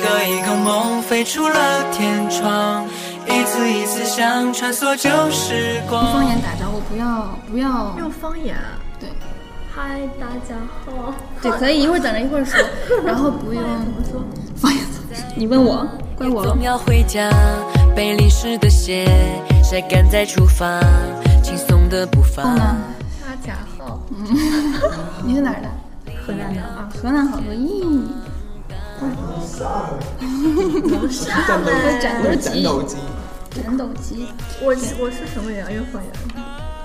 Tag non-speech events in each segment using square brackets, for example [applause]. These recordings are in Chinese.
个一个梦飞出了天窗，一次一次想穿梭旧时光。方言打招呼，不要不要，用方言。对嗨，大家好。对，可以一会儿等着一会儿说，然后不用怎么说？方言怎么说。你问我，怪我总要回家，被淋湿的鞋晒干在厨房，轻松的步伐。呢？大家好。你是哪儿的？河南的啊，河南好多，咦，战斗都战斗战斗机，人斗鸡。我我是什么人啊？用方言。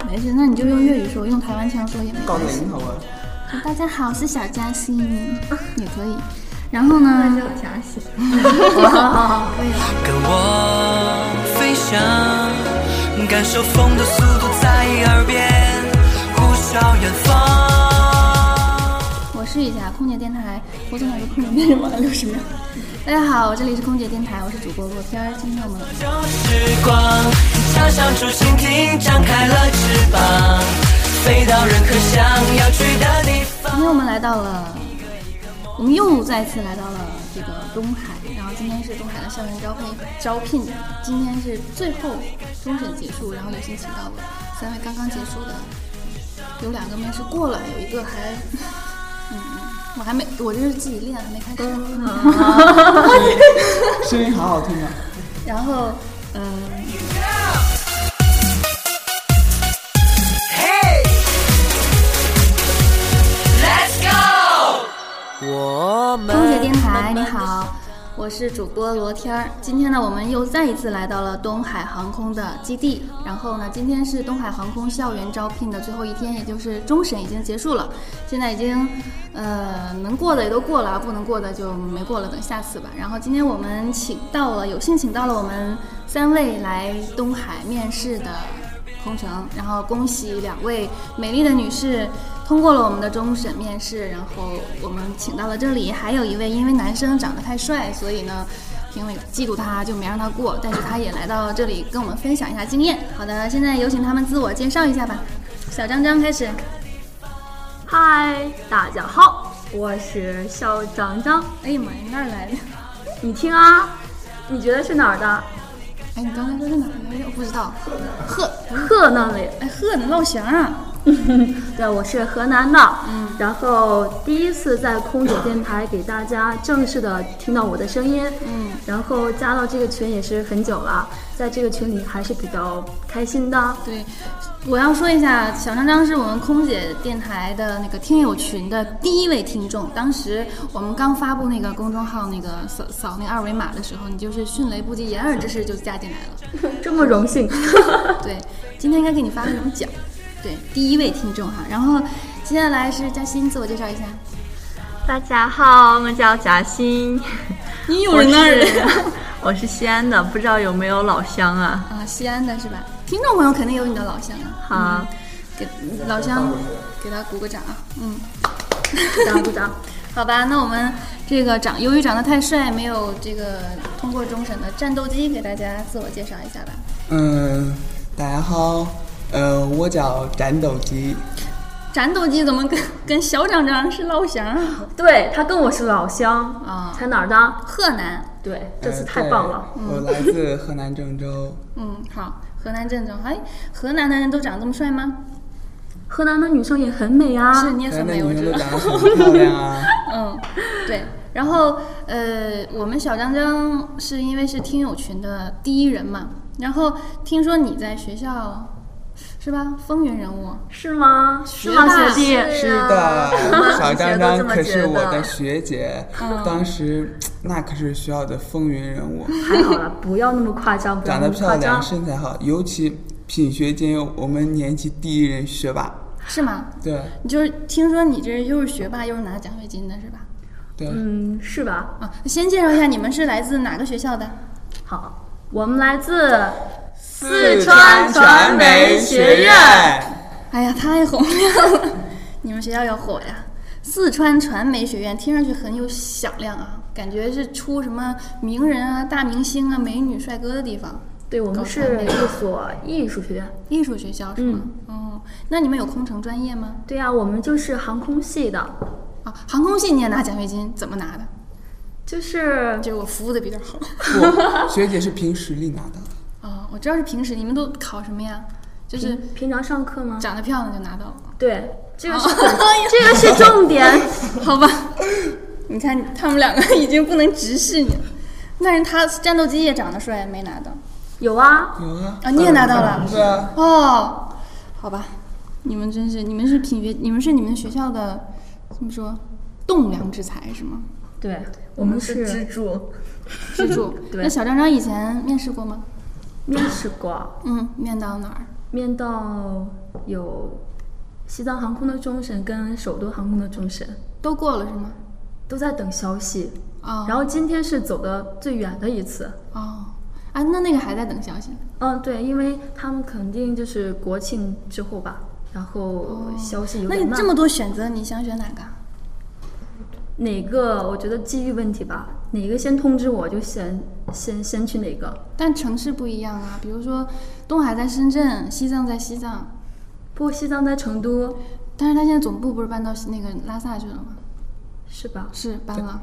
没事，那你就用粤语说，用台湾腔说也没杠关系。铃好啊，大家好，我是小嘉欣，也可以。然后大呢 [laughs] 家，假喜。跟我飞翔，感受风的速度在耳边呼啸远方。我试一下空姐电台，我总想说空姐电台玩了六十秒。 [laughs] 大家好，我这里是空姐电台，我是主播洛片儿。今天我们旧时光，插上竹蜻蜓，张开了翅膀，飞到任何想要去的地今方。天我们来到了，我们又再次来到了这个东海，然后今天是东海的校园招聘招聘，今天是最后终审结束，然后有幸请到了三位刚刚结束的，有两个面试过了，有一个还，嗯，我还没，我这是自己练，还没开始。声音好好听啊！ [laughs] 然后，嗯、我们空姐电台，你好，我是主播罗天儿。今天呢，我们又再一次来到了东海航空的基地。然后呢，今天是东海航空校园招聘的最后一天，也就是终审已经结束了。现在已经，呃，能过的也都过了，不能过的就没过了，等下次吧。然后今天我们请到了，有幸请到了我们三位来东海面试的空乘，然后恭喜两位美丽的女士通过了我们的终审面试，然后我们请到了这里，还有一位因为男生长得太帅，所以呢，评委嫉妒他就没让他过，但是他也来到这里跟我们分享一下经验。好的，现在有请他们自我介绍一下吧。小张张开始，嗨，大家好，我是小张张。哎呀妈呀，哪儿来的？你听啊，你觉得是哪儿的？哎，你刚才说是哪儿来着？我不知道。河河南嘞。哎呵，你老乡啊？ [laughs] 对，我是河南的。嗯，然后第一次在空姐电台给大家正式的听到我的声音。嗯，然后加到这个群也是很久了，在这个群里还是比较开心的。对，我要说一下，小张张是我们空姐电台的那个听友群的第一位听众。当时我们刚发布那个公众号那个扫扫那个二维码的时候，你就是迅雷不及掩耳之势就加进来了。这么 [laughs] 荣幸。对，今天应该给你发个什么奖？对，第一位听众哈。然后接下来是嘉欣，自我介绍一下。大家好，我叫贾欣，你有 [laughs] 我人那儿是 [laughs] 我是西安的，不知道有没有老乡啊？啊，西安的是吧？听众朋友肯定有你的老乡啊。好，给老乡给他鼓个掌啊，嗯。鼓掌鼓掌。 [laughs] 好吧，那我们这个长，由于长得太帅，没有这个通过终审的战斗机，给大家自我介绍一下吧。嗯，大家好，呃，我叫战斗机，战斗机怎么跟跟小长长是老乡啊？对他跟我是老乡啊才哪儿的？河南，对，呃这次太棒了。对我来自河南郑州，嗯，好，河南郑州。哎，河南的人都长这么帅吗？河南的女生也很美啊。是你也河很南的美，我女生知都道。长得很漂亮 [laughs] 啊。嗯，对。然后呃，我们小张张是因为是听友群的第一人嘛，然后听说你在学校是吧？风云人物，是吗？是吧吗，学弟？是的，啊小张张可是我的的学姐，嗯当时那可是学校的风云人物，还好了， [laughs] 不要那么夸张，不要长那得么嗯漂夸亮，张。身材好，尤其品学兼优，我们年级第一人学霸。是吗？对你就是听说你这又是学霸又是拿奖学金的是吧？对，嗯，是吧？啊，先介绍一下你们是来自哪个学校的？好，我们来自四川传媒学院哎呀，太红了！ [laughs] 你们学校要火呀！四川传媒学院听上去很有响亮啊，感觉是出什么名人啊、大明星啊、美女帅哥的地方。对我们是一所艺术学院。艺术学校是吗？哦，那你们有空乘专业吗？啊对呀、我们就是航空系的。啊，航空系你也拿奖学金，怎么拿的？就是就是我服务的比较好。不，学姐是凭实力拿到的。 [laughs] 哦，我知道是平时你们都考什么呀？就是平平常上课吗？哦长得漂亮就拿到了，对，[laughs] 这个是很哎这个是重点。好吧？ [laughs] 你看他们两个已经不能直视你了。但是他战斗机也长得帅，没拿到有啊，有啊，啊，你也拿到了。对啊，哦，好吧，你们真是，你们是品学，你们是你们学校的怎么说，栋梁之才是吗？对，我们是支柱，支 [laughs] 柱。对那小张张以前面试过吗？面试过，嗯，面到哪儿？面到有西藏航空的终审跟首都航空的终审，都过了是吗？都在等消息。哦，然后今天是走的最远的一次。哦，啊，那那个还在等消息。嗯，对，因为他们肯定就是国庆之后吧，然后消息有哦那点你慢。这么多选择，你想选哪个啊？哪个？我觉得机遇问题吧，哪个先通知我就先先先去哪个。但城市不一样啊，比如说东海在深圳，西藏在西藏，不过西藏在成都，但是他现在总部不是搬到那个拉萨去了吗？是吧？是搬了。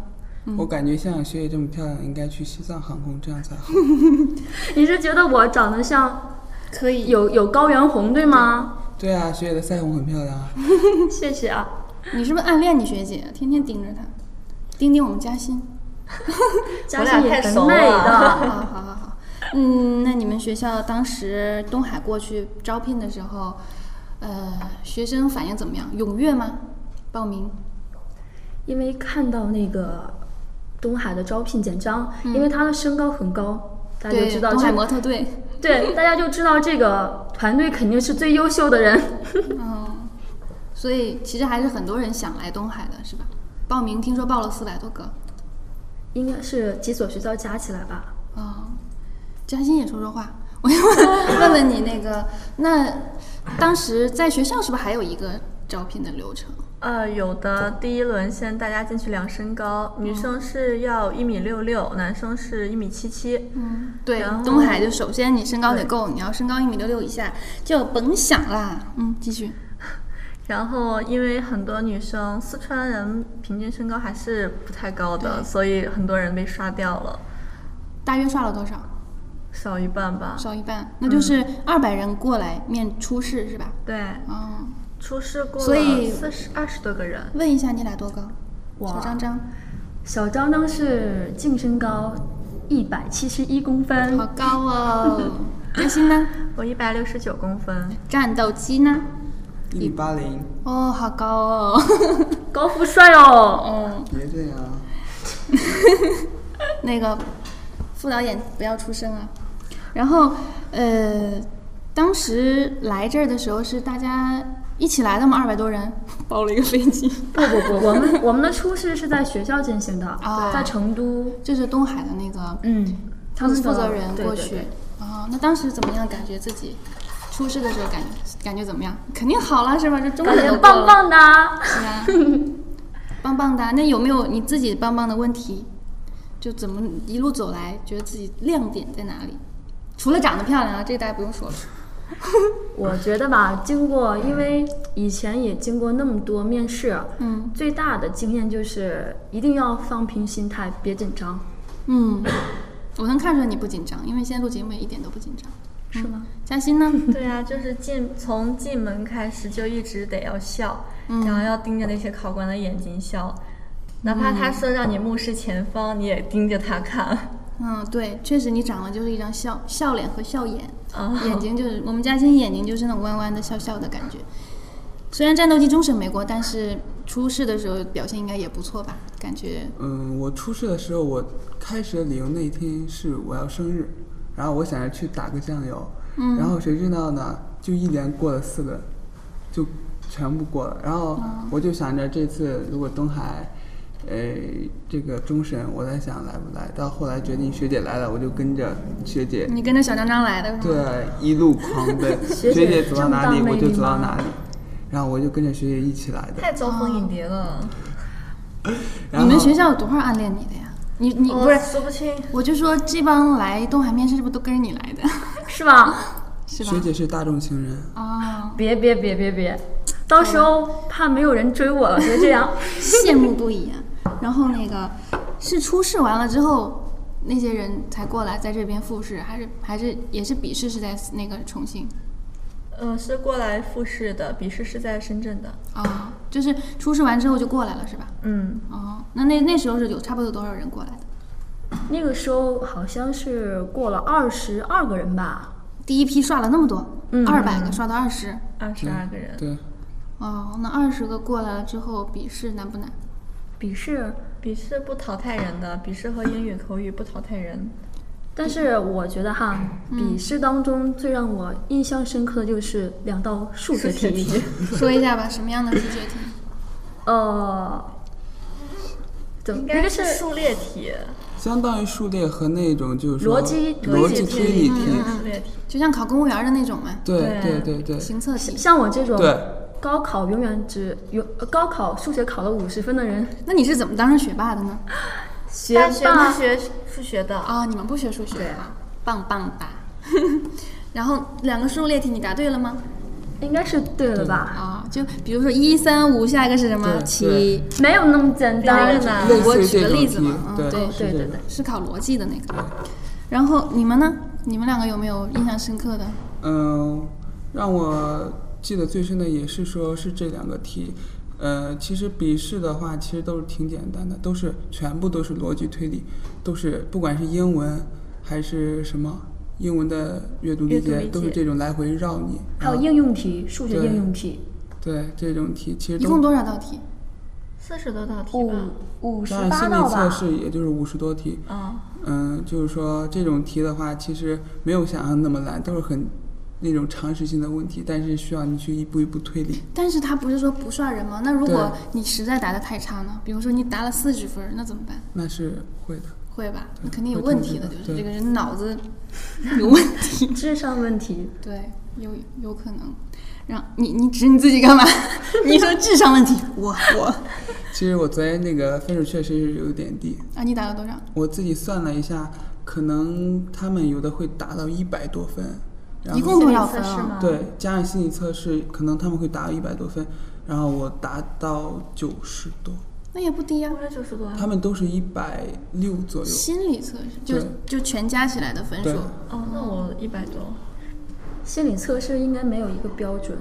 我感觉像学姐这么漂亮，应该去西藏航空，这样才好。你是觉得我长得像 [laughs] 可以有有高原红对 [laughs] 吗？对啊，学姐的腮红很漂亮啊。谢谢啊。你是不是暗恋你学姐？天天盯着她，盯盯我们嘉欣。哦嘉欣也很我美俩太熟 [laughs] 好的，好好好好。嗯，那你们学校当时东海过去招聘的时候，呃，学生反应怎么样？踊跃吗？报名？因为看到那个东海的招聘简章，因为他的身高很高，大家就嗯对，知道东海这模特队。对，大家就知道这个团队肯定是最优秀的人。 [laughs] 嗯，所以其实还是很多人想来东海的，是吧？报名听说报了四百多个。应该是几所学校加起来吧？哦，嘉欣也说说话，我要问问问你那个，那当时在学校是不是还有一个招聘的流程？呃，有的第一轮先大家进去量身高，嗯女生是要一米六六，男生是一米七七。嗯，对然，后东海就首先你身高得够，你要身高一米六六以下就甭想啦。嗯，继续。然后因为很多女生，四川人平均身高还是不太高的，所以很多人被刷掉了，大约刷了多少？少一半吧。少一半，那嗯就是二百人过来面初试是吧？对，嗯，出事过所以了四十二十多个人，问一下你俩多高？哇小张张，小张当时净身高一百七十一公分好，高 [laughs] 哦。嘉欣呢？我一百六十九公分，战斗机呢？一米八零，哦，好高 [laughs] 哦。高富帅哦！嗯，别这样啊。那个副导演不要出声啊。然后，呃，当时来这儿的时候是大家一起来的吗？二百多人 [laughs] 包了一个飞机，不不不，我们我们的初试是在学校进行的啊，在成都。这是东海的那个嗯，他他们们负的责人过去。对对对哦，那当时怎么样？感觉自己出事的时候感觉感觉怎么样？肯定好了是吧？这中国感人觉都棒棒的啊。是 [laughs] 吧？棒棒的啊。那有没有你自己棒棒的问题？就怎么一路走来，觉得自己亮点在哪里？除了长得漂亮啊，这个大家不用说了。我觉得吧，经过因为以前也经过那么多面试，嗯最大的经验就是一定要放平心态，别紧张，嗯，我能看出来你不紧张，因为现在录节目也一点都不紧张。嗯是吗？嘉欣呢？ [laughs] 对啊，就是进从进门开始就一直得要笑，嗯然后要盯着那些考官的眼睛笑，哪怕他说让你目视前方，你也盯着他看。嗯，对，确实你长得就是一张笑笑脸和笑眼，啊哦眼睛就是我们嘉欣眼睛就是那种弯弯的笑笑的感觉。虽然战斗机终审没过，但是初试的时候表现应该也不错吧？感觉嗯，我出事的时候，我开学理由那一天是我要生日，然后我想着去打个酱油，嗯然后谁知道呢，就一连过了四轮，就全部过了。然后嗯我就想着这次如果东海，呃，这个终审，我在想来不来。到后来决定学姐来了，我就跟着学姐，你跟着小张张来的是吗？对，一路狂奔，嗯 [laughs] 学学姐姐走到哪里这么大魅我就力走到吗哪里，然后我就跟着学姐一起来的。太招蜂引蝶了，然你后们学校有多少暗恋你的呀？你你不是，嗯说不清。我就说这帮来东海面试是不是都跟着你来的，是吧？是吧学？姐是大众情人。啊、别别别别别，到嗯时候怕没有人追我了，别这样。 [laughs] 羡慕不已啊。然后那个，是初试完了之后，那些人才过来在这边复试，还是还是也是笔试是在那个重庆呃，是过来复试的，笔试是在深圳的。啊？就是初试完之后就过来了是吧？嗯，哦，那那那时候是有差不多多少人过来的？那个时候好像是过了二十二个人吧，第一批刷了那么多，二百、个刷到二十，二十二个人。对，哦，那二十个过来了之后，笔试难不难？笔试。笔试不淘汰人的，笔试和英语口语不淘汰人。但是我觉得哈，嗯笔试当中最让我印象深刻的就是两道数学题。说一下吧，什么样的数学题？呃，怎么应一该个是是数列题，相当于数列和那种就是说逻辑逻辑推嗯理题。数列题。就像考公务员的那种嘛，对对对对对，行测题。像我这种对高考永远只有呃高考数学考了五十分的人，那你是怎么当上学霸的 [laughs] 呢？学大学霸不学数学的，哦，你们不学数学啊？棒棒 [laughs] 哒！然后两个数列题你答对了吗？应该是对了吧？啊、就比如说一三五，下一个是什么？对七。没有那么简单没有的那。类我似举于个这例种子题嘛，嗯，对对是对这对种对，是考逻辑的那个。然后你们呢？你们两个有没有印象深刻的？嗯，让我记得最深的也是说是这两个题。呃，其实笔试的话，其实都是挺简单的，都是全部都是逻辑推理，都是不管是英文还是什么英文的阅读理阅读解，理都是解这种来回绕你。还有应用题，数学对应用题，对这种题，其实一都共多少道题？四十多道题五吧。哦五十当然八心理道测吧。试也就是五十多题。嗯，嗯，就是说这种题的话，其实没有想象那么难，都是很那种常识性的问题，但是需要你去一步一步推理。但是他不是说不刷人吗？那如果对你实在答的太差呢？比如说你答了四十分儿，那怎么办？那是会的。会吧？那肯定有嗯会问痛题苦的，的就是对这个人脑子 [laughs] 有问题。智商问题，对，有有可能。让你你指你自己干嘛？你说智商问题，我我其实我昨天那个分数确实是有点低，啊，你打了多少？我自己算了一下，可能他们有的会达到一百多分，然后一共多少分测试啊？吗？，对加上心理测试，可能他们会达到一百多分，然后我达到九十多，那也不低呀、我也就是多。他们都是一百六左右。心理测试就对就全加起来的分对啊数，哦，那我一百多，心理测试应该没有一个标准。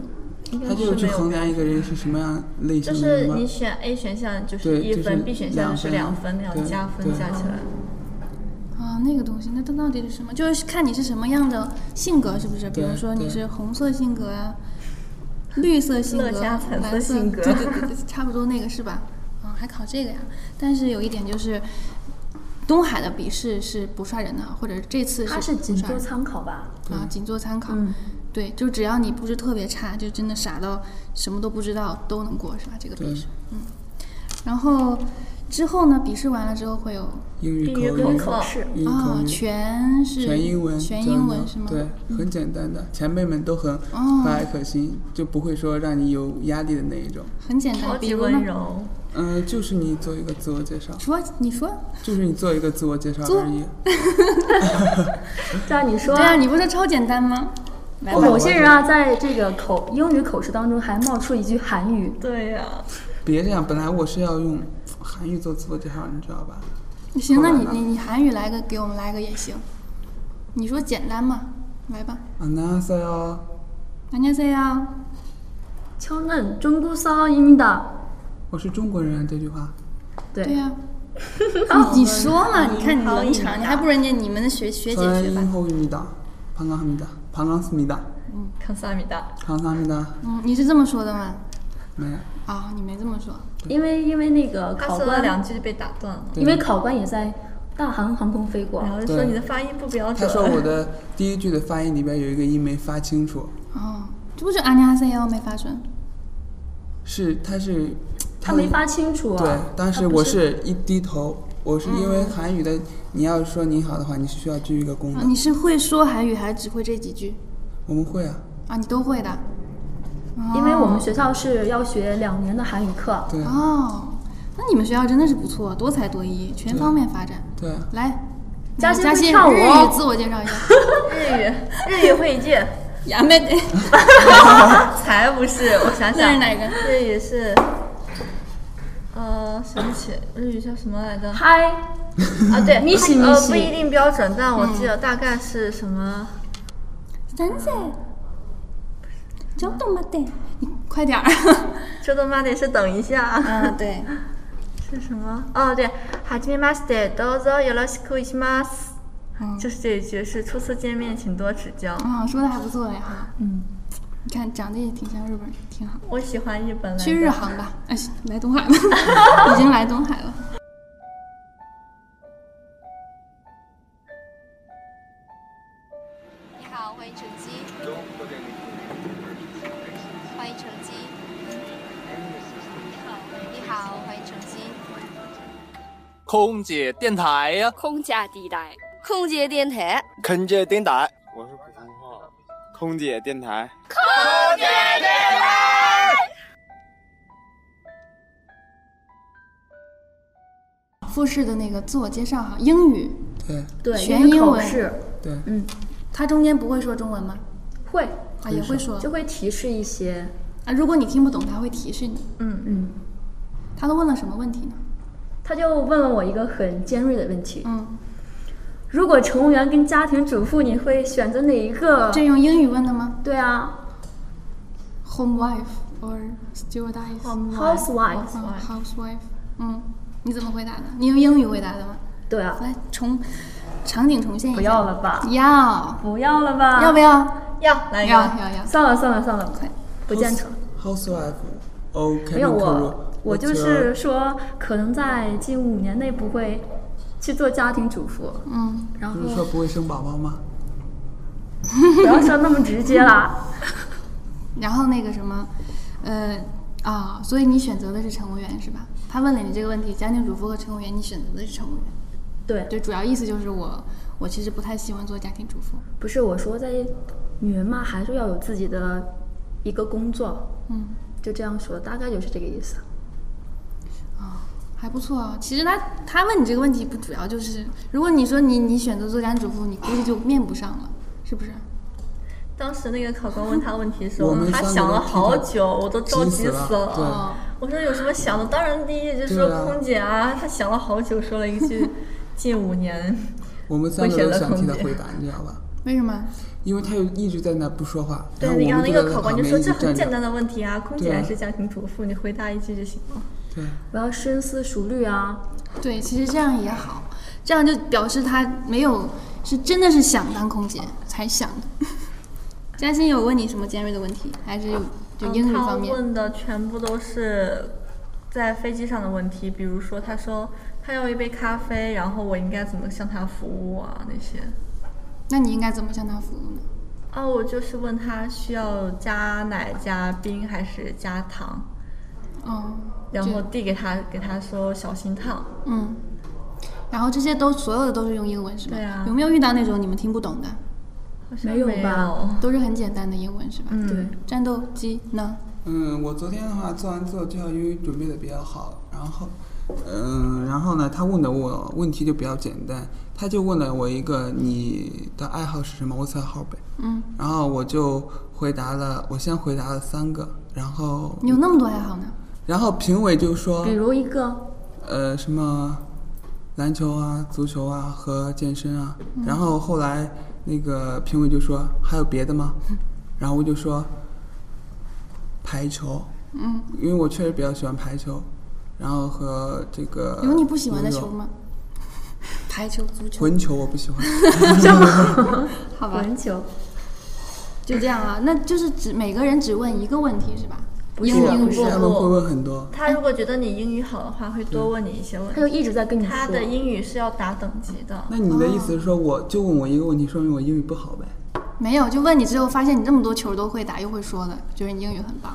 应该他就是是去没衡有。量一个人是什么样类型就的是人吧。你选 A 选项就是对一就是分，B 选项就是两两分，分那样对加分对加起来。嗯啊，那个东西，那它到底是什么？就是看你是什么样的性格，是不是？比对如说你对是红色性格啊，绿色性乐格嘉啊，粉色蓝色性格对对对对，差不多那个是吧？啊，还考这个呀？但是有一点就是，东海的笔试是不刷人的，或者这次它是是不仅刷做人参考吧？啊，仅做参考。嗯对，就只要你不是特别差，就真的傻到什么都不知道都能过，是吧？这个笔对试，嗯。然后之后呢，笔试完了之后会有英语英语口口语、口试英语啊嗯口，语、全是全英文，全这样英的文是吗？嗯对，很简单的，前辈们都很哦和蔼可亲，就不会说让你有压力的那一种。很简超单。比级如温呢，柔，嗯、就是你做一个自我介绍，说你说，就是你做一个自我介绍做而已。这样你说对啊，你不是超简单吗？来吧，某些人啊，在这个口英语口试当中还冒出一句韩语，对呀，别这样，本来我是要用韩语做自我介绍，你知道吧？行，那后来你呢你你韩语来个给我们来个也行。你说简单嘛，来吧。 안녕하세요， 안녕하세요，敲嫩中国骚音的，我是中国人啊这句话，对对，呀、你你说嘛，你看你冷场，你还不如人家你们的学学姐 저는 学霸。 인호입니다，반갑합니다，반갑습니다，康萨米达。 감사합니다。嗯，你是这么说的吗？没有，啊、你没这么说。因为因为那个他考说了官，两句就被打断了，对因为考官也在大韩航空飞过然，后就说对你的发音不标他准。说我的第一句的发音里边有一个音没发清楚，哦，这不是안녕하세요没发准。是他是他的没发清楚啊。对，当时他不我是是一低头，我是因为韩语的，你要说你好的话，你是需要鞠一个躬啊，的。你是会说韩语还是只会这几句？我们会啊，啊，你都会的。哦因为我们学校是要学两年的韩语课，对哦，那你们学校真的是不错，多才多艺，全方面发展。对，来，嘉欣，欣嘉会跳舞日哦语自我介 [laughs] 绍一下。日语，日语会见，呀妹， [laughs] 才不是！我想那是 [laughs] 想，哪个日语是，呃，刚想起日语叫什么来着？嗨，啊， [laughs] 对，米西米呃，西不一定标准，但我记嗯得大概是什么。三岁，就动吧对，你快点儿。 [laughs] 这他妈的是等一下，嗯，对，是什么？哦，对，はじめまして、どうぞよろしくお願いします。嗯就是这一句是初次见面，请多指教。啊、说的还不错哎哈，嗯，你看长得也挺像日本人，挺好。我喜欢日本来的去日航吧，哎，来东海 [laughs] 吧，已经来东海了。你好，欢迎乘机。欢迎乘机。你好，欢迎乘机。空姐电台呀、空姐地带，空姐电台。空姐电台，我是普通话。空姐电台，复试的那个自我介绍哈，英语，对对，全英语英口文试对，它中间不会说中文吗？会啊，也会说就会提示一些，啊。如果你听不懂，他会提示你。嗯嗯，他都问了什么问题呢？他就问了我一个很尖锐的问题：嗯，如果乘务员跟家庭主妇，你会选择哪一个？这用英语问的吗对啊， ？Home wife or stewardess? Housewife. Housewife Housewife. 嗯，你怎么回答的？你用英语回答的吗？对啊，来重场景重现一下。不要了吧，要不要了吧，要不要？要来一要个，要要。算了算了算了，快不赞成。 housewife。哦，没有我，我就是说，可能在近五年内不会去做家庭主妇。嗯，然后不是说不会生宝宝吗？不要说那么直接啦。 [laughs] 然后那个什么，呃啊、所以你选择的是乘务员是吧？他问了你这个问题，家庭主妇和乘务员，你选择的是乘务员。对，对，主要意思就是我，我其实不太喜欢做家庭主妇。不是我说在，女人嘛，还是要有自己的一个工作，嗯，就这样说，大概就是这个意思。还不错啊。其实他他问你这个问题，不主要就是，如果你说你你选择做家庭主妇，你估计就面不上了，是不是？当时那个考官问他问题的时我候们，他三个想了都好听他久，我都着急急死了对哦，我说有什么想的？当然第一就是对说啊空姐啊，他想了好久，说了一 [laughs] 句近五年。我们三个都想替会选他择空姐回答，你知道吧？为什么？因为他又一直在那不说话，对，然然后后啊我们那就个在考旁官就边说一这直很站简着。单的问题啊，空姐对啊还是家庭主妇，你回答一句就行了。对，我要深思熟虑啊。对，其实这样也好，这样就表示他没有是真的是想当空姐才想的。 [laughs] 嘉欣有问你什么尖锐的问题，还是有就英语嗯他方面？问的全部都是在飞机上的问题，比如说他说他要一杯咖啡，然后我应该怎么向他服务啊那些。那你应该怎么向他服务呢？啊，我就是问他需要加奶、加冰还是加糖，哦，然这后递给他，给他说小心烫。嗯，然后这些都所有的都是用英文是吧？对啊有没有遇到那种你们听不懂的？好像没有没吧有都是很简单的英文是吧？嗯对。战斗机呢？嗯，我昨天的话做完自我介绍，因为准备的比较好，然后，嗯，然后呢，他问的我问题就比较简单，他就问了我一个你的爱好是什么？What's your hobby？嗯，然后我就回答了，我先回答了三个，然后，你有那么多爱好呢？然后评委就说比，如一个，呃，什么篮球啊、足球啊和健身啊。嗯然后后来那个评委就说还有别 [laughs] 的吗？然后我就说排球，嗯，因为我确实比较喜欢排球，然后和这个有你不喜欢的游泳球？吗？排球、足球，混球我不喜 [laughs] 欢，好吧，篮球，就这样啊。那就是只每个人只问一个问题是吧？英不英语是他们会问很多。他如果觉得你英语好的话，会多问你一些问他就题。一直在跟你他说。的英语是要打等级的。那你的意哦思是说，我就问我一个问题，说明我英语不好呗？没有，就问你之后发现你这么多球都会打又会说的，觉得你英语很棒。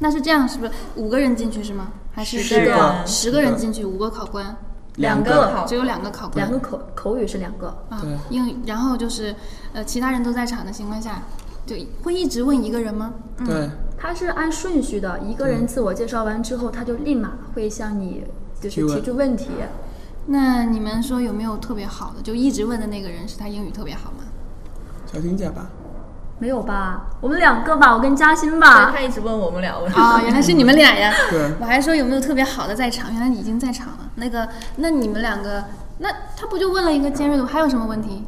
那是这样，是不是五个人进去是吗？还是十个这人十个人进去，五个考官，两个考只有两个考官，两个口口语是两个，啊对，英语，然后就是，呃，其他人都在场的情况下，对，会一直问一个人吗？嗯对，他是按顺序的。一个人嗯自我介绍完之后，他就立马会向你就是提问提出问题。那你们说有没有特别好的，就一直问的那个人是他英语特别好吗？小婷姐吧，没有吧？我们两个吧，我跟嘉欣吧。他一直问我们俩问 [laughs] 题。啊、原来是你们俩呀！对我还说有没有特别好的在场，原来你已经在场了。那个，那你们两个，那他不就问了一个尖锐的，还有什么问题？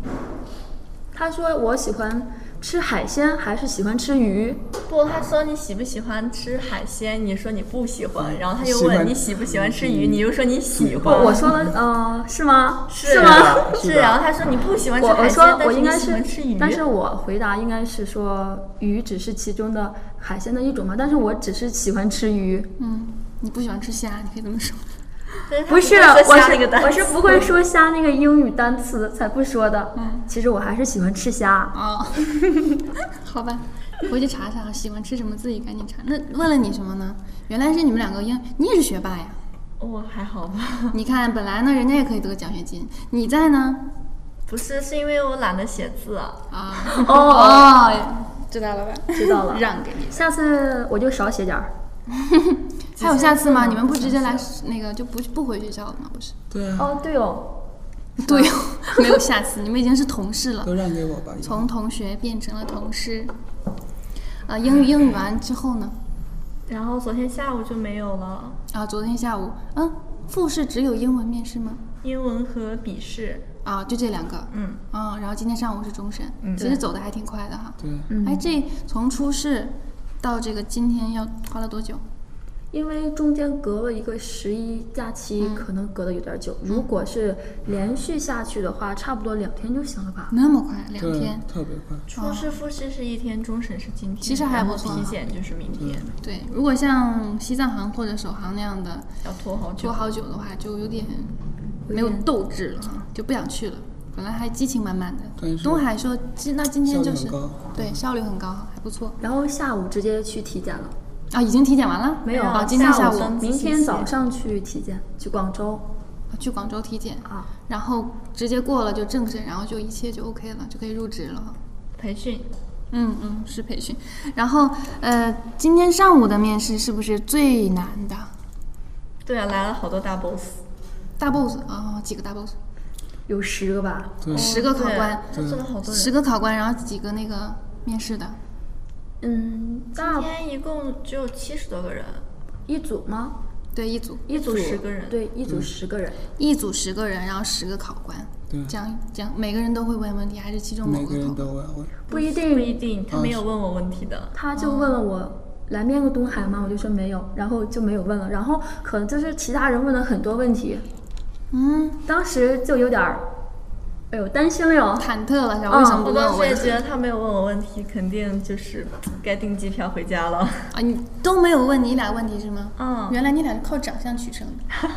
他说我喜欢吃海鲜还是喜欢吃鱼？不，他说你喜不喜欢吃海鲜？你说你不喜嗯欢，然后他又喜欢问你喜不喜欢吃鱼，你又说你喜不，欢。我说了，呃，是吗？是吗？吗？是是，的然后他说你不喜欢吃我我海说鲜，我但是应你该喜是欢吃鱼。，但是我回答应该是说鱼只是其中的海鲜的一种嘛，但是我只是喜欢吃鱼，嗯，你不喜欢吃虾，你可以这么说。但是他不是会说我下那是个单我是词不会说虾那个英语单词才不说的，其实我还是喜欢吃虾，哦， [laughs] 好吧，回去查查，喜欢吃什么自己赶紧查。那问了你什么呢？原来是你们两个英，你也是学霸呀。我哦还好吧？你看，本来呢，人家也可以得奖学金，你在呢？不是，是因为我懒得写字啊。啊，哦哦，知道了吧？知道了让给你。下次我就少写点儿。还有嗯下次吗？你们不直接来那个就不不回学校了吗？不是？对啊，哦，对哦，对哦， [laughs] 没有下次，你们已经是同事了都，让给我吧。已经从同学变成了同事。呃，英语英语完之后呢？然后昨天下午就没有了，啊，昨天下午，嗯，复试只有英文面试吗？英文和笔试。啊，就这两个。嗯，啊，然后今天上午是终审，其实走的还挺快的哈。对，哎，这从出试到这个今天要花了多久？因为中间隔了一个十一假期，可能隔得有点久。如果是连续下去的话，差不多两天就行了吧？那么快，两对天。特别快。初试、复试是一天，终审是今天，其实还然不后错啊嗯体检就是明天，对，如果像西藏航或者首航那样的要拖好久。拖好久的话，就有点没有斗志了哈，就不想去了。本来还激情满满但的，是东海说今那今天就是效率很高对效率很高，还不错然后下午直接去体检了，啊，已经体检完了没有啊？今天下午午明天早上去体检，去广州去广州体检，啊。然后直接过了就正审，然后就一切就 OK 了，就可以入职了。培训，嗯嗯，是培训。然后呃，今天上午的面试是不是最难的？对啊，来了好多大 boss，大 boss 啊、几个大 boss，有十个吧？对，十个考对官，他做了好多人。十个考官，然后几个那个面试的。嗯，大今天一共只有七十多个人，一组吗？对，一组一组十个人对，一组十个人。一组十个人，然后十个考官，对这样这样每个人都会问问题，还是其中某每个个考人官？都要问。不一不定，一定，他没有问我问题的。他就问了我。来面个东海吗？我就说没有，然后就没有问了。然后可能就是其他人问了很多问题，嗯，当时就有点儿，哎呦，担心了哟。忐忑了，然后为什么不嗯我问我当时也问题？觉得他没有问我问题，肯定就是该订机票回家了。啊，你都没有问你俩问题是吗？嗯原来你俩是靠长相取胜的，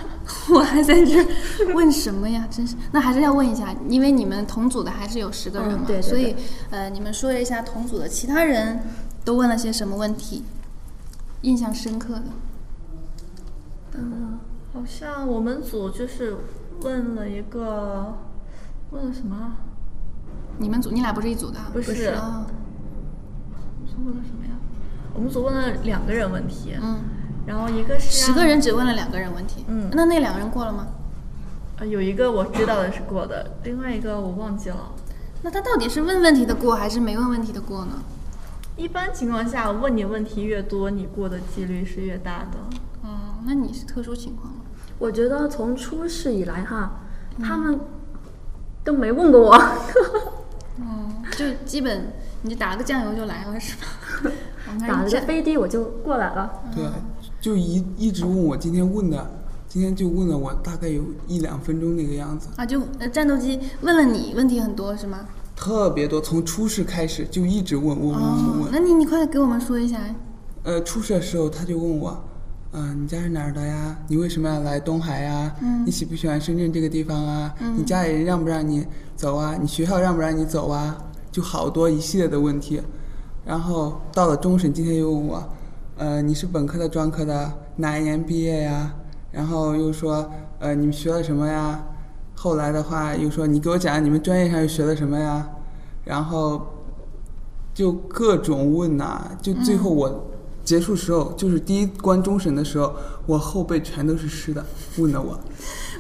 我还在这儿问什么呀？真是，那还是要问一下，因为你们同组的还是有十个人嘛，嗯对对所以呃，你们说一下同组的其他人都问了些什么问题，印象深刻的。嗯好像我们组就是问了一个，问了什么啊？你们组你俩不是一组的啊？不是啊，问了什么呀？我们组问了两个人问题，嗯，然后一个是十让个人只问了两个人问题，啊嗯那那两个人过了吗？呃，有一个我知道的是过的，另外一个我忘记了。那他到底是问问题的过还是没问问题的过呢？一般情况下，问你问题越多，你过的几率是越大的。嗯，那你是特殊情况吗？我觉得从出事以来哈，他们都没问过我。 [laughs] 嗯，就基本你就打个酱油就来了 [laughs] 是吧？往那儿一打了个站飞的我就过来了。对，啊就一一直问我今天问的，今天就问了我大概有一两分钟那个样子，啊，就呃战斗机问了你问题很多是吗？特别多。从初试开始就一直问问问嗯问哦，问。那你你快给我们说一下，呃，初试的时候他就问我，嗯、你家是哪儿的呀？你为什么要来东海呀？你喜不喜欢深圳这个地方啊？你家里人让不让你走啊？你学校让不让你走啊？就好多一系列的问题。然后到了终审，今天又问我，呃，你是本科的、专科的，哪一年毕业呀？然后又说，呃，你们学了什么呀？后来的话又说，你给我讲讲你们专业上又学了什么呀？然后就各种问呐、就最后我结束时候，就是第一关终审的时候，我后背全都是湿的，问的我，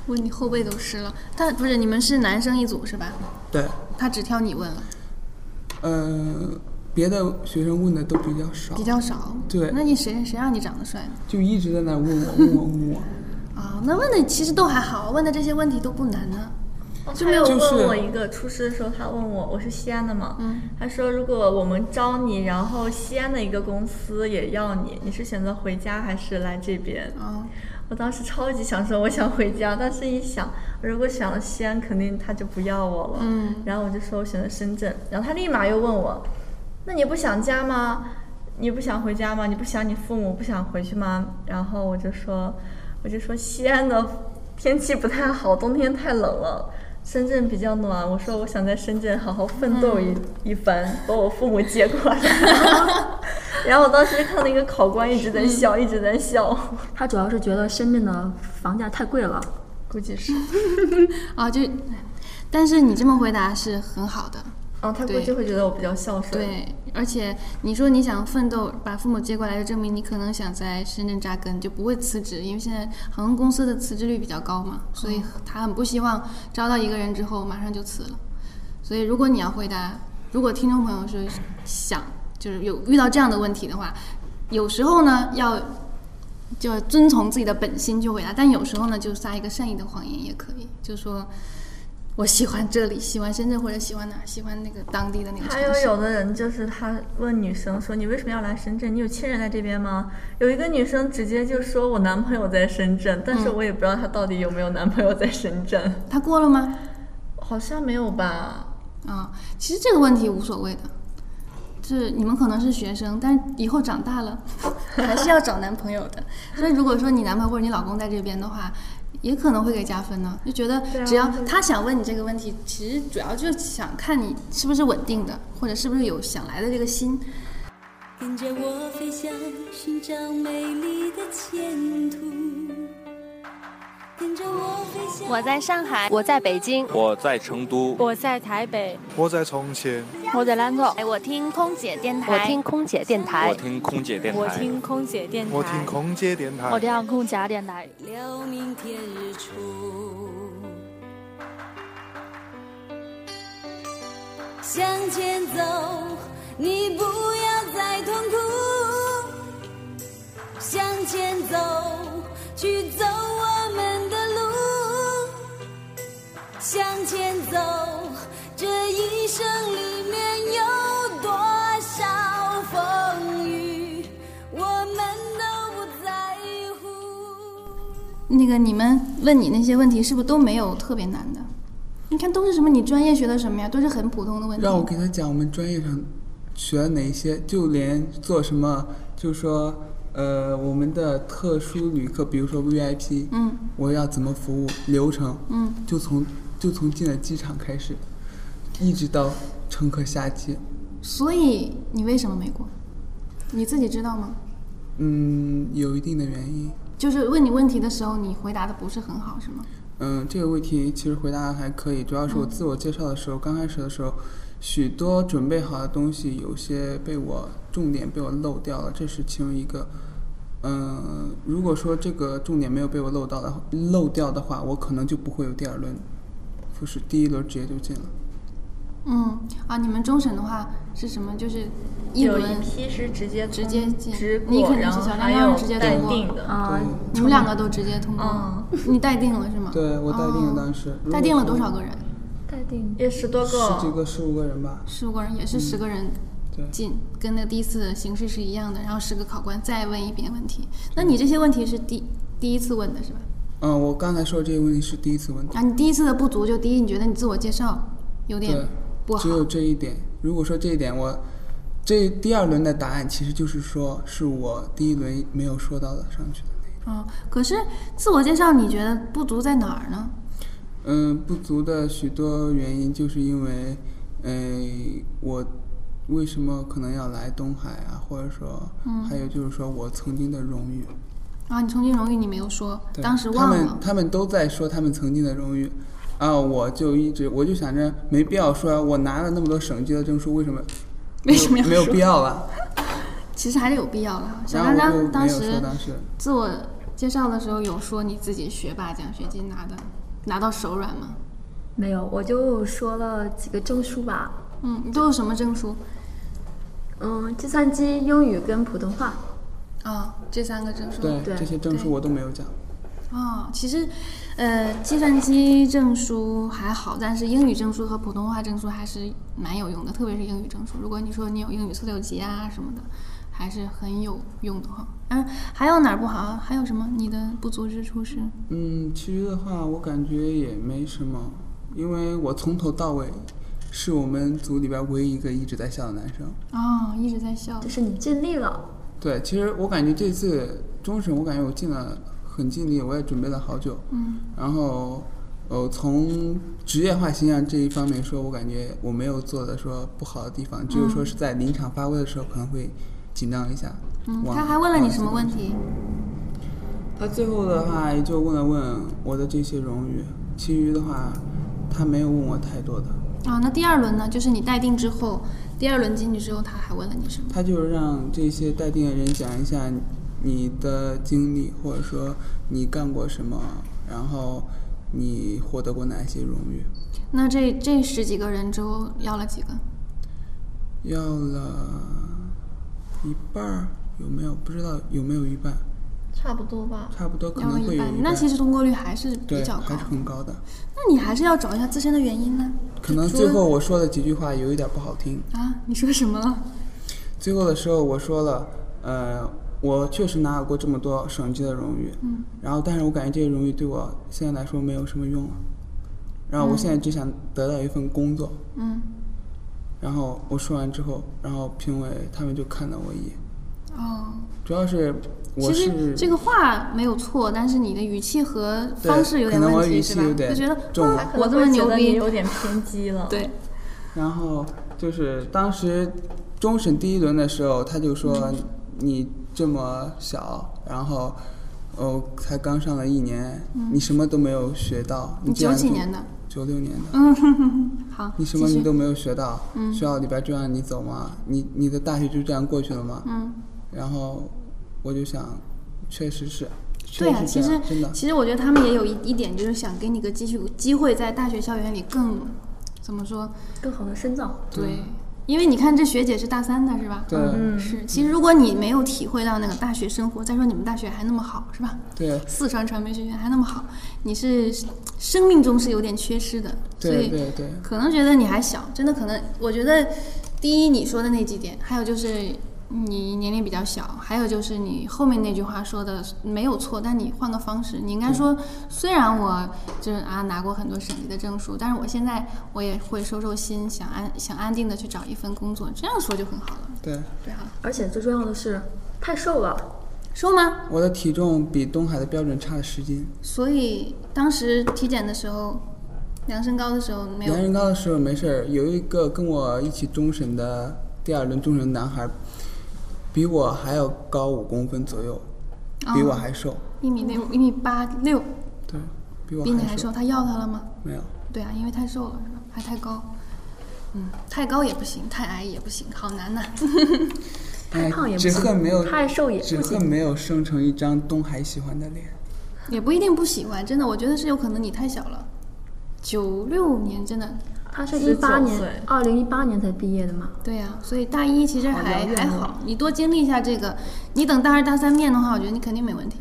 我你后背都湿了。他不是你们是男生一组是吧？对，哦他只挑你问了。呃，别的学生问的都比较少，比较少。对，那你谁谁让你长得帅呢？就一直在那问我问我问我。啊、那问的其实都还好，问的这些问题都不难呢、就嗯没有就是哦问我一个初试的时候，他问我我是西安的嘛，他说如果我们招你，然后西安的一个公司也要你，你是选择回家还是来这边？啊、我当时超级想说我想回家，但是一想如果选了西安，肯定他就不要我了，嗯然后我就说我选择深圳，然后他立马又问我，那你不想家吗？你不想回家吗？你不想你父母不想回去吗？然后我就说，我就说西安的天气不太好，冬天太冷了，深圳比较暖。我说我想在深圳好好奋斗一、一番，把我父母接过来。 [laughs] 然后我当时看那个考官一直在笑，一直在笑。他主要是觉得深圳的房价太贵了。估计是，啊，就，但是你这么回答是很好的，哦，他估计对会觉得我比较孝顺。对，而且你说你想奋斗，把父母接过来，就证明你可能想在深圳扎根，就不会辞职，因为现在航空公司的辞职率比较高嘛，所嗯以他很不希望招到一个人之后马上就辞了。所以如果你要回答，如果听众朋友是想就是有遇到这样的问题的话，有时候呢要就遵从自己的本心去回答，但有时候呢就撒一个善意的谎言也可以，就说。我喜欢这里，喜欢深圳或者喜欢哪儿，喜欢那个当地的那个城还市。有有的人就是他问女生说：“你为什么要来深圳？你有亲人在这边吗？”有一个女生直接就说：“我男朋友在深圳，但嗯是我也不知道她到底有没有男朋友在深圳，他过了吗？好像没有吧。”啊、其实这个问题无所谓的，就是你们可能是学生，但是以后长大了 [laughs] 还是要找男朋友的。所以如果说你男朋友或者你老公在这边的话，也可能会给加分呢。就觉得啊只要他想问你这个问题，其实主要就是想看你是不是稳定的，或者是不是有想来的这个心。跟着我飞翔，寻找美丽的前途。跟着我飞翔。我在上海，我在北京，我在成都，我在台北，我在重庆，我在兰州，哎，我听空姐电台，我听空姐电台我听空姐电我台，听空姐电台，我听空姐电台我，听空姐电台。聊明天日出。向前走，你不要再痛苦。向前走，去走我们的路。向前走，这一生里面有多少风雨，我们都不在乎。那个你们问你那些问题，是不是都没有特别难的？你看都是什么？你专业学的什么呀？都是很普通的问题。让我给他讲我们专业上学了哪些，就连做什么，就说呃我们的特殊旅客，比如说 VIP，嗯，我要怎么服务流程，嗯，就从就从进了机场开始，一直到乘客下机，所以你为什么没过？你自己知道吗？嗯，有一定的原因。就是问你问题的时候，你回答的不是很好，是吗？嗯，这个问题其实回答得还可以，主要是我自我介绍的时候，刚开始的时候，许多准备好的东西有些被我重点被我漏掉了，这是其中一个。嗯，如果说这个重点没有被我漏到的漏掉的话，我可能就不会有第二轮复试，第一轮直接就进了。嗯，啊，你们终审的话是什么？就是一有轮一，批是直接直接通进直你过，肯定然是后小还亮亮有直接待通过定的。啊、你们两个都直接通过嗯了，你待定了是吗？对我待定了，哦当时如待果定了说多少个人？也十多十几个，个、十五个人吧。十五个人，也是十个人嗯对进，跟那第一次的形式是一样的。然后十个考官再问一遍问题。那你这些问题是第第一次问的是吧？嗯，我刚才说的这个问题是第一次问题。啊，你第一次的不足就第一，你觉得你自我介绍有点对不好只，有这一点。如果说这一点我，这第二轮的答案其实就是说是我第一轮没有说到的上去的那一种。啊、可是自我介绍你觉得不足在哪儿呢？嗯，不足的许多原因就是因为，呃，我为什么可能要来东海啊，或者说，嗯还有就是说我曾经的荣誉。啊，你曾经荣誉你没有说，对当时他忘 [laughs] 们了。他们都在说他们曾经的荣誉，啊，我就一直我就想着没必要说，我拿了那么多省级的证书，为什么为什么要没有说必要了？其实还是有必要的。啊小然后张我就张没当有说时当时。自我介绍的时候有说你自己学霸奖学金拿的，拿到手软吗？没有，我就说了几个证书吧。嗯，你都有什么证书？嗯，计算机、英语跟普通话。哦，这三个证书。对，这些证书我都没有讲。哦，其实，呃，计算机证书还好，但是英语证书和普通话证书还是蛮有用的，特别是英语证书。如果你说你有英语四六级啊什么的，还是很有用的哈。嗯，还有哪儿不好？啊还有什么？你的不足之处是？嗯，其余的话我感觉也没什么，因为我从头到尾是我们组里边唯一一个一直在笑的男生。哦，一直在笑。就是你尽力了。对，其实我感觉这次终审，我感觉我尽了。很尽力，我也准备了好久。嗯，然后，呃，从职业化形象这一方面说，我感觉我没有做的说不好的地方，只有说是在临场发挥的时候可能会紧张一下。嗯，他还问了你什么问题？他最后的话也就问了问我的这些荣誉，其余的话他没有问我太多的。啊，那第二轮呢？就是你待定之后，第二轮进去之后，他还问了你什么？他就是让这些待定的人讲一下。你的经历，或者说你干过什么，然后你获得过哪些荣誉？那这这十几个人之后要了几个？要了一半儿，有没有不知道有没有一半？差不多吧。差不多可能会有一半。那其实通过率还是比较高，还是很高的。那你还是要找一下自身的原因呢。可能最后我说的几句话有一点不好听。啊，你说什么了？最后的时候我说了，呃。我确实拿过这么多省级的荣誉，嗯，然后但是我感觉这些荣誉对我现在来说没有什么用了，然后我现在只想得到一份工作，嗯，然后我说完之后，然后评委他们就看了我一眼，哦，主要是我是这个话没有错，但是你的语气和方式有点问题，是吧？就觉得我这么牛逼，有点偏激了，对。 [laughs] 然后就是当时终审第一轮的时候，他就说嗯你。这么小，然后，哦，才刚上了一年，嗯、你什么都没有学到。你九几年的？九六年的。嗯，好。你什么你都没有学到，嗯、学校里边就让你走吗？你你的大学就这样过去了吗？嗯。然后，我就想，确实是。对啊，确其实实真的，其实我觉得他们也有一一点，就是想给你个机会，机会在大学校园里更怎么说，更好的深造。对。嗯因为你看，这学姐是大三的，是吧？对，嗯，是。其实如果你没有体会到那个大学生活，再说你们大学还那么好，是吧？对。四川传媒学院还那么好，你是生命中是有点缺失的，所对以对对，可能觉得你还小，真的可能，我觉得第一你说的那几点，还有就是你年龄比较小，还有就是你后面那句话说的没有错，但你换个方式，你应该嗯说，虽然我就是啊拿过很多省级的证书，但是我现在我也会收收心，想安想安定的去找一份工作，这样说就很好了。对对啊，而且最重要的是太瘦了，瘦吗？我的体重比东海的标准差了十斤，所以当时体检的时候。量身高的时候没有。量身高的时候没事儿，有一个跟我一起终审的第二轮终审男孩，比我还要高五公分左右，比我还瘦，一、哦、米六，一米八六。对，比我比你还瘦。他要他了吗？没有。对啊，因为太瘦了是吧？还太高。嗯，太高也不行，太矮也不行，好难呐、 [laughs] 太胖也不哎只恨没有，太瘦也不只恨没有生成一张东海喜欢的脸。也不一定不喜欢，真的，我觉得是有可能你太小了。九六年真的，他是一八年，二零一八年才毕业的嘛。对呀、所以大一其实还好遥远还哦好，你多经历一下这个，你等大二大三面的话，我觉得你肯定没问题。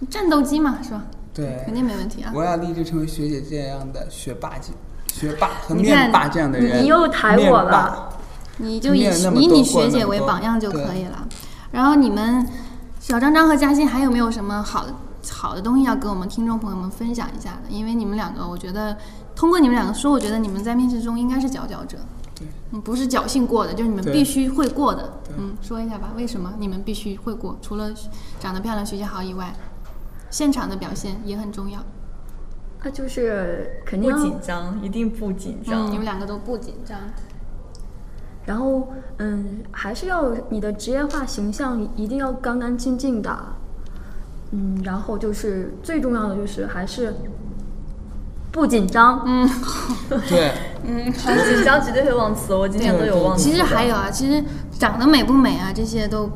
你战斗机嘛，是吧？对，肯定没问题啊。我要立志成为学姐这样的学霸级、学霸和你面看霸这样的人。你又抬面我霸了。你就以面那么以多你过学那姐么为多榜样就可对以了。然后你们小张张和嘉欣还有没有什么好的好的东西要跟我们听众朋友们分享一下的？因为你们两个，我觉得通过你们两个说，我觉得你们在面试中应该是佼佼者，对，嗯，不是侥幸过的，就是你们对必须会过的对。嗯，说一下吧，为什么你们必须会过？除了长得漂亮、学习好以外，现场的表现也很重要。他就是肯不定紧张，一定不紧嗯，张。你们两个都不紧张。然后，嗯，还是要你的职业化形象一定要干干净净的，嗯，然后就是最重要的就是还是不紧张，嗯，对，嗯，好很紧张绝对会忘词，我今天都有忘词。其实还有啊，其实长得美不美啊，这些都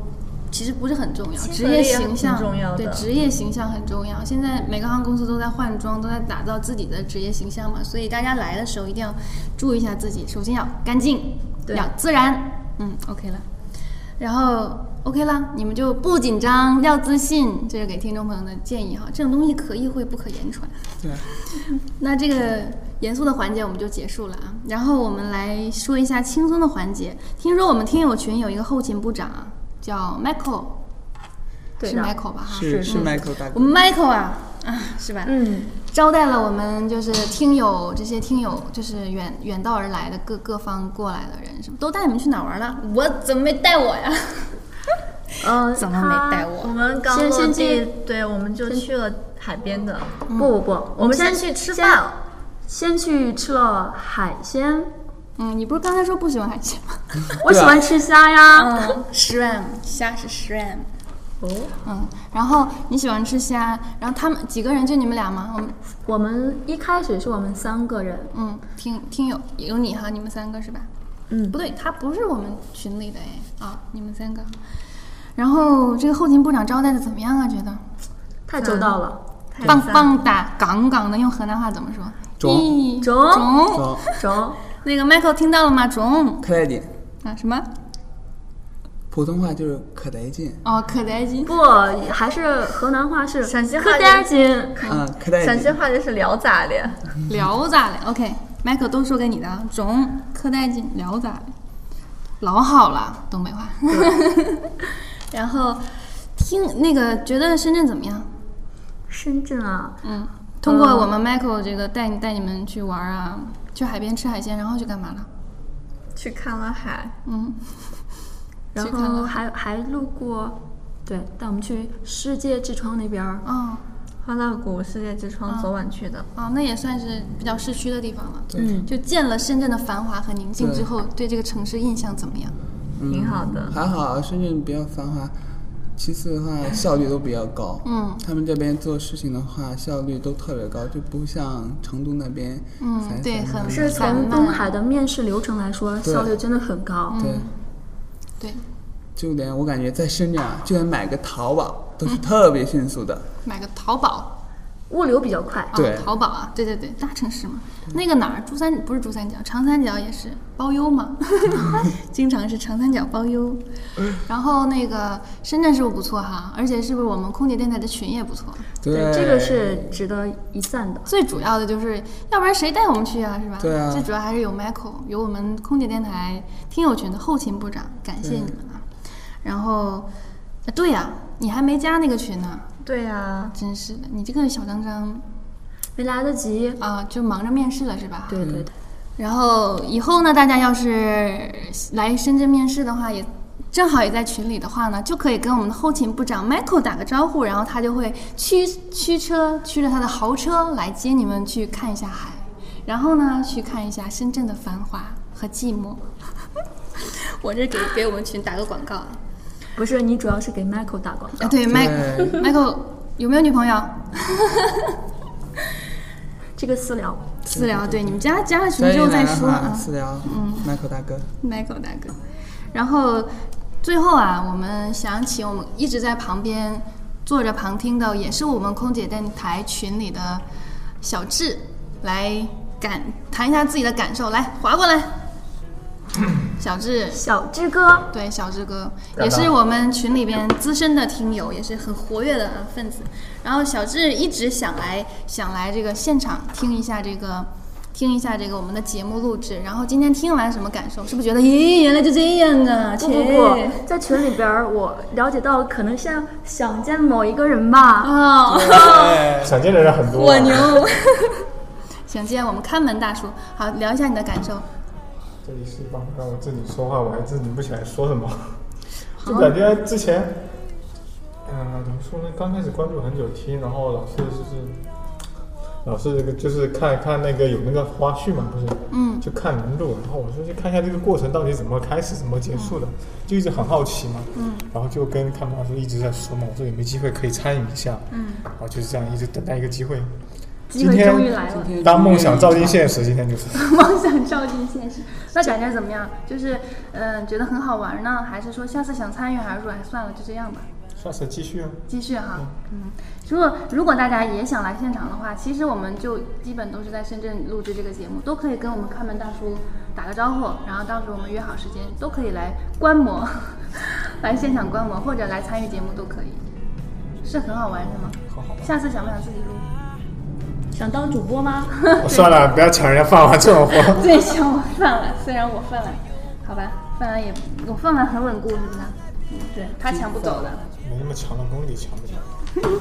其实不是很重要，亲职和力业也形挺象重要的对职业形象很重要。现在每个航空公司都在换装，都在打造自己的职业形象嘛，所以大家来的时候一定要注意一下自己，首先要干净，对要自然。嗯，OK 了。然后 OK 啦，你们就不紧张，要自信，这是给听众朋友的建议哈。这种东西可意会不可言传。对，那这个严肃的环节我们就结束了啊，然后我们来说一下轻松的环节。听说我们听友群有一个后勤部长啊叫 Michael，对是的 Michael 吧？哈是是嗯 Michael 大哥我们 Michael 啊啊是吧？嗯，招待了我们就是听友这些听友就是远远道而来的各各方过来的人，什么都带你们去哪儿玩了？我怎么没带我呀？嗯，怎么 [laughs] 没带我？我们刚先落先地去，对，我们就去了海边的。不不不，我们先先去吃饭了。先去吃了海鲜，嗯，你不是刚才说不喜欢海鲜吗？啊我喜欢吃虾呀。嗯，shrimp 虾是 shrimp。哦，嗯，然后你喜欢吃虾，然后他们几个人就你们俩吗？我们我们一开始是我们三个人，嗯，听听友有你哈，你们三个是吧？嗯不对，他不是我们群里的哎啊，你们三个。然后这个后勤部长招待的怎么样啊？觉得太周到了。棒棒哒，杠杠的，用河南话怎么说？中咦中中走，中，那个 Michael 听到了吗？中可带劲。啊什么？普通话就是可得劲哦，可带劲。不，还是河南话是陕西话可带劲。啊，可带陕西劲。话就是聊咋的？聊咋嘞？OK，麦克都说给你的啊，中可带劲，聊咋嘞？老好了，东北话。 [laughs] 然后听那个，觉得深圳怎么样？深圳啊，嗯，通过我们 Michael 这个带你带你们去玩啊，去海边吃海鲜，然后去干嘛了？去看了海，嗯，然去看后了还还路过，对，带我们去世界之窗那边儿。哦欢乐谷世界之窗嗯啊昨晚去的。哦，那也算是比较市区的地方了。嗯，就见了深圳的繁华和宁静对之后，对这个城市印象怎么样？挺好的还好啊深圳比较繁华。其次的话，效率都比较高。嗯他们这边做事情的话，效率都特别高，就不像成都那边嗯散散对很漫是是散漫从东海的面试流程来说，对嗯效率真的很高。对，对，就连我感觉在深圳啊，就连买个淘宝都是特别迅速的。买个淘宝。物流比较快。对啊，淘宝啊，对对对，大城市嘛，那个哪儿，珠三不是珠三角，长三角也是包邮 [laughs] 嘛，经常是长三角包邮。然后那个深圳是不是不错哈？而且是不是我们空姐电台的群也不错？对这个是值得一赞的。最主要的就是，要不然谁带我们去啊，是吧？对啊最主要还是有 Michael，有我们空姐电台听友群的后勤部长，感谢你们啊。然后，呃对呀、你还没加那个群呢、对呀、真是的，你这个小张张没来得及。啊、就忙着面试了是吧？对对对，然后以后呢，大家要是来深圳面试的话，也正好也在群里的话呢，就可以跟我们的后勤部长 Michael 打个招呼，然后他就会驱驱车驱着他的豪车来接你们去看一下海，然后呢去看一下深圳的繁华和寂寞。 [laughs] 我这给给我们群打个广告啊！不是你主要是给 Michael 打广告啊，。对对 Michael Michael 有没有女朋友？这个私聊，私聊，对你们加加了群专之业后来再的说话，啊。私聊，嗯，Michael 大哥， Michael 大哥。然后最后啊，我们想起我们一直在旁边坐着旁听的，也是我们空姐电台群里的小智，来感谈一下自己的感受。来，划过来，小智。小志哥，对，小志哥干也嘛是我们群里边资深的听友，也是很活跃的啊分子。然后小志一直想来，想来这个现场听一下这个，听一下这个我们的节目录制。然后今天听完什么感受？是不是觉得，咦，原来就这样啊？不不切不，在群里边儿我了解到，可能像想见某一个人吧。哦， [laughs] 想见的人很多、我牛！想见我们看门大叔，好聊一下你的感受。 [laughs] 这里是帮让我自己说话，我还自己不起来说什么，就感觉之前，嗯、怎么说呢？刚开始关注很久听，然后老师就是。老师，这个就是看看那个有那个花絮嘛，不是？嗯就看人录，然后我说去看一下这个过程到底怎么开始、怎么结束的，就一直很好奇嘛。嗯。然后就跟看门老师一直在说嘛，我说有没有机会可以参与一下？嗯。然后就是这样一直等待一个机会。机今会天终于来了，当梦想照进现实，今天就是。梦想照进现实，那感觉怎么样？就是，嗯、觉得很好玩呢，还是说下次想参与，还是说哎算了，就这样吧？下次继续啊。继续哈，嗯，如果如果大家也想来现场的话，其实我们就基本都是在深圳录制这个节目，都可以跟我们看门大叔打个招呼，然后到时候我们约好时间，都可以来观摩 [laughs] 来现场观摩或者来参与节目都可以，是很好玩是吗？好好。下次想不想自己录？想当主播吗？哦算了，不要抢人家饭碗这种活。对，想我饭碗，虽然我饭碗，好吧，饭碗也我饭碗很稳固，是不是？嗯，对他抢不走的。没那么强的功底，强不强？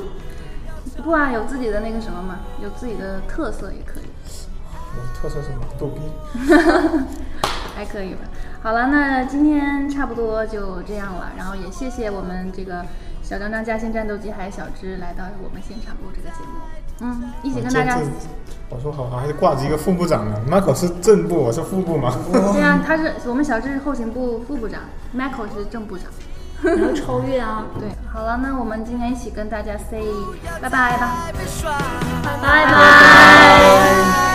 不啊，有自己的那个什么嘛，有自己的特色也可以。我的特色是什么？逗逼。 [laughs] 还可以吧。好了，那今天差不多就这样了。然后也谢谢我们这个小张张嘉兴战斗机还有小芝来到我们现场录这个节目。嗯，一起跟大家。我说好，还是挂着一个副部长呢。Michael 是正部，我是副部嘛。对啊，他是我们小智是后勤部副部长，Michael [laughs] 是正部长。然后超越啊！对，好了，那我们今天一起跟大家 say 拜拜吧，拜拜。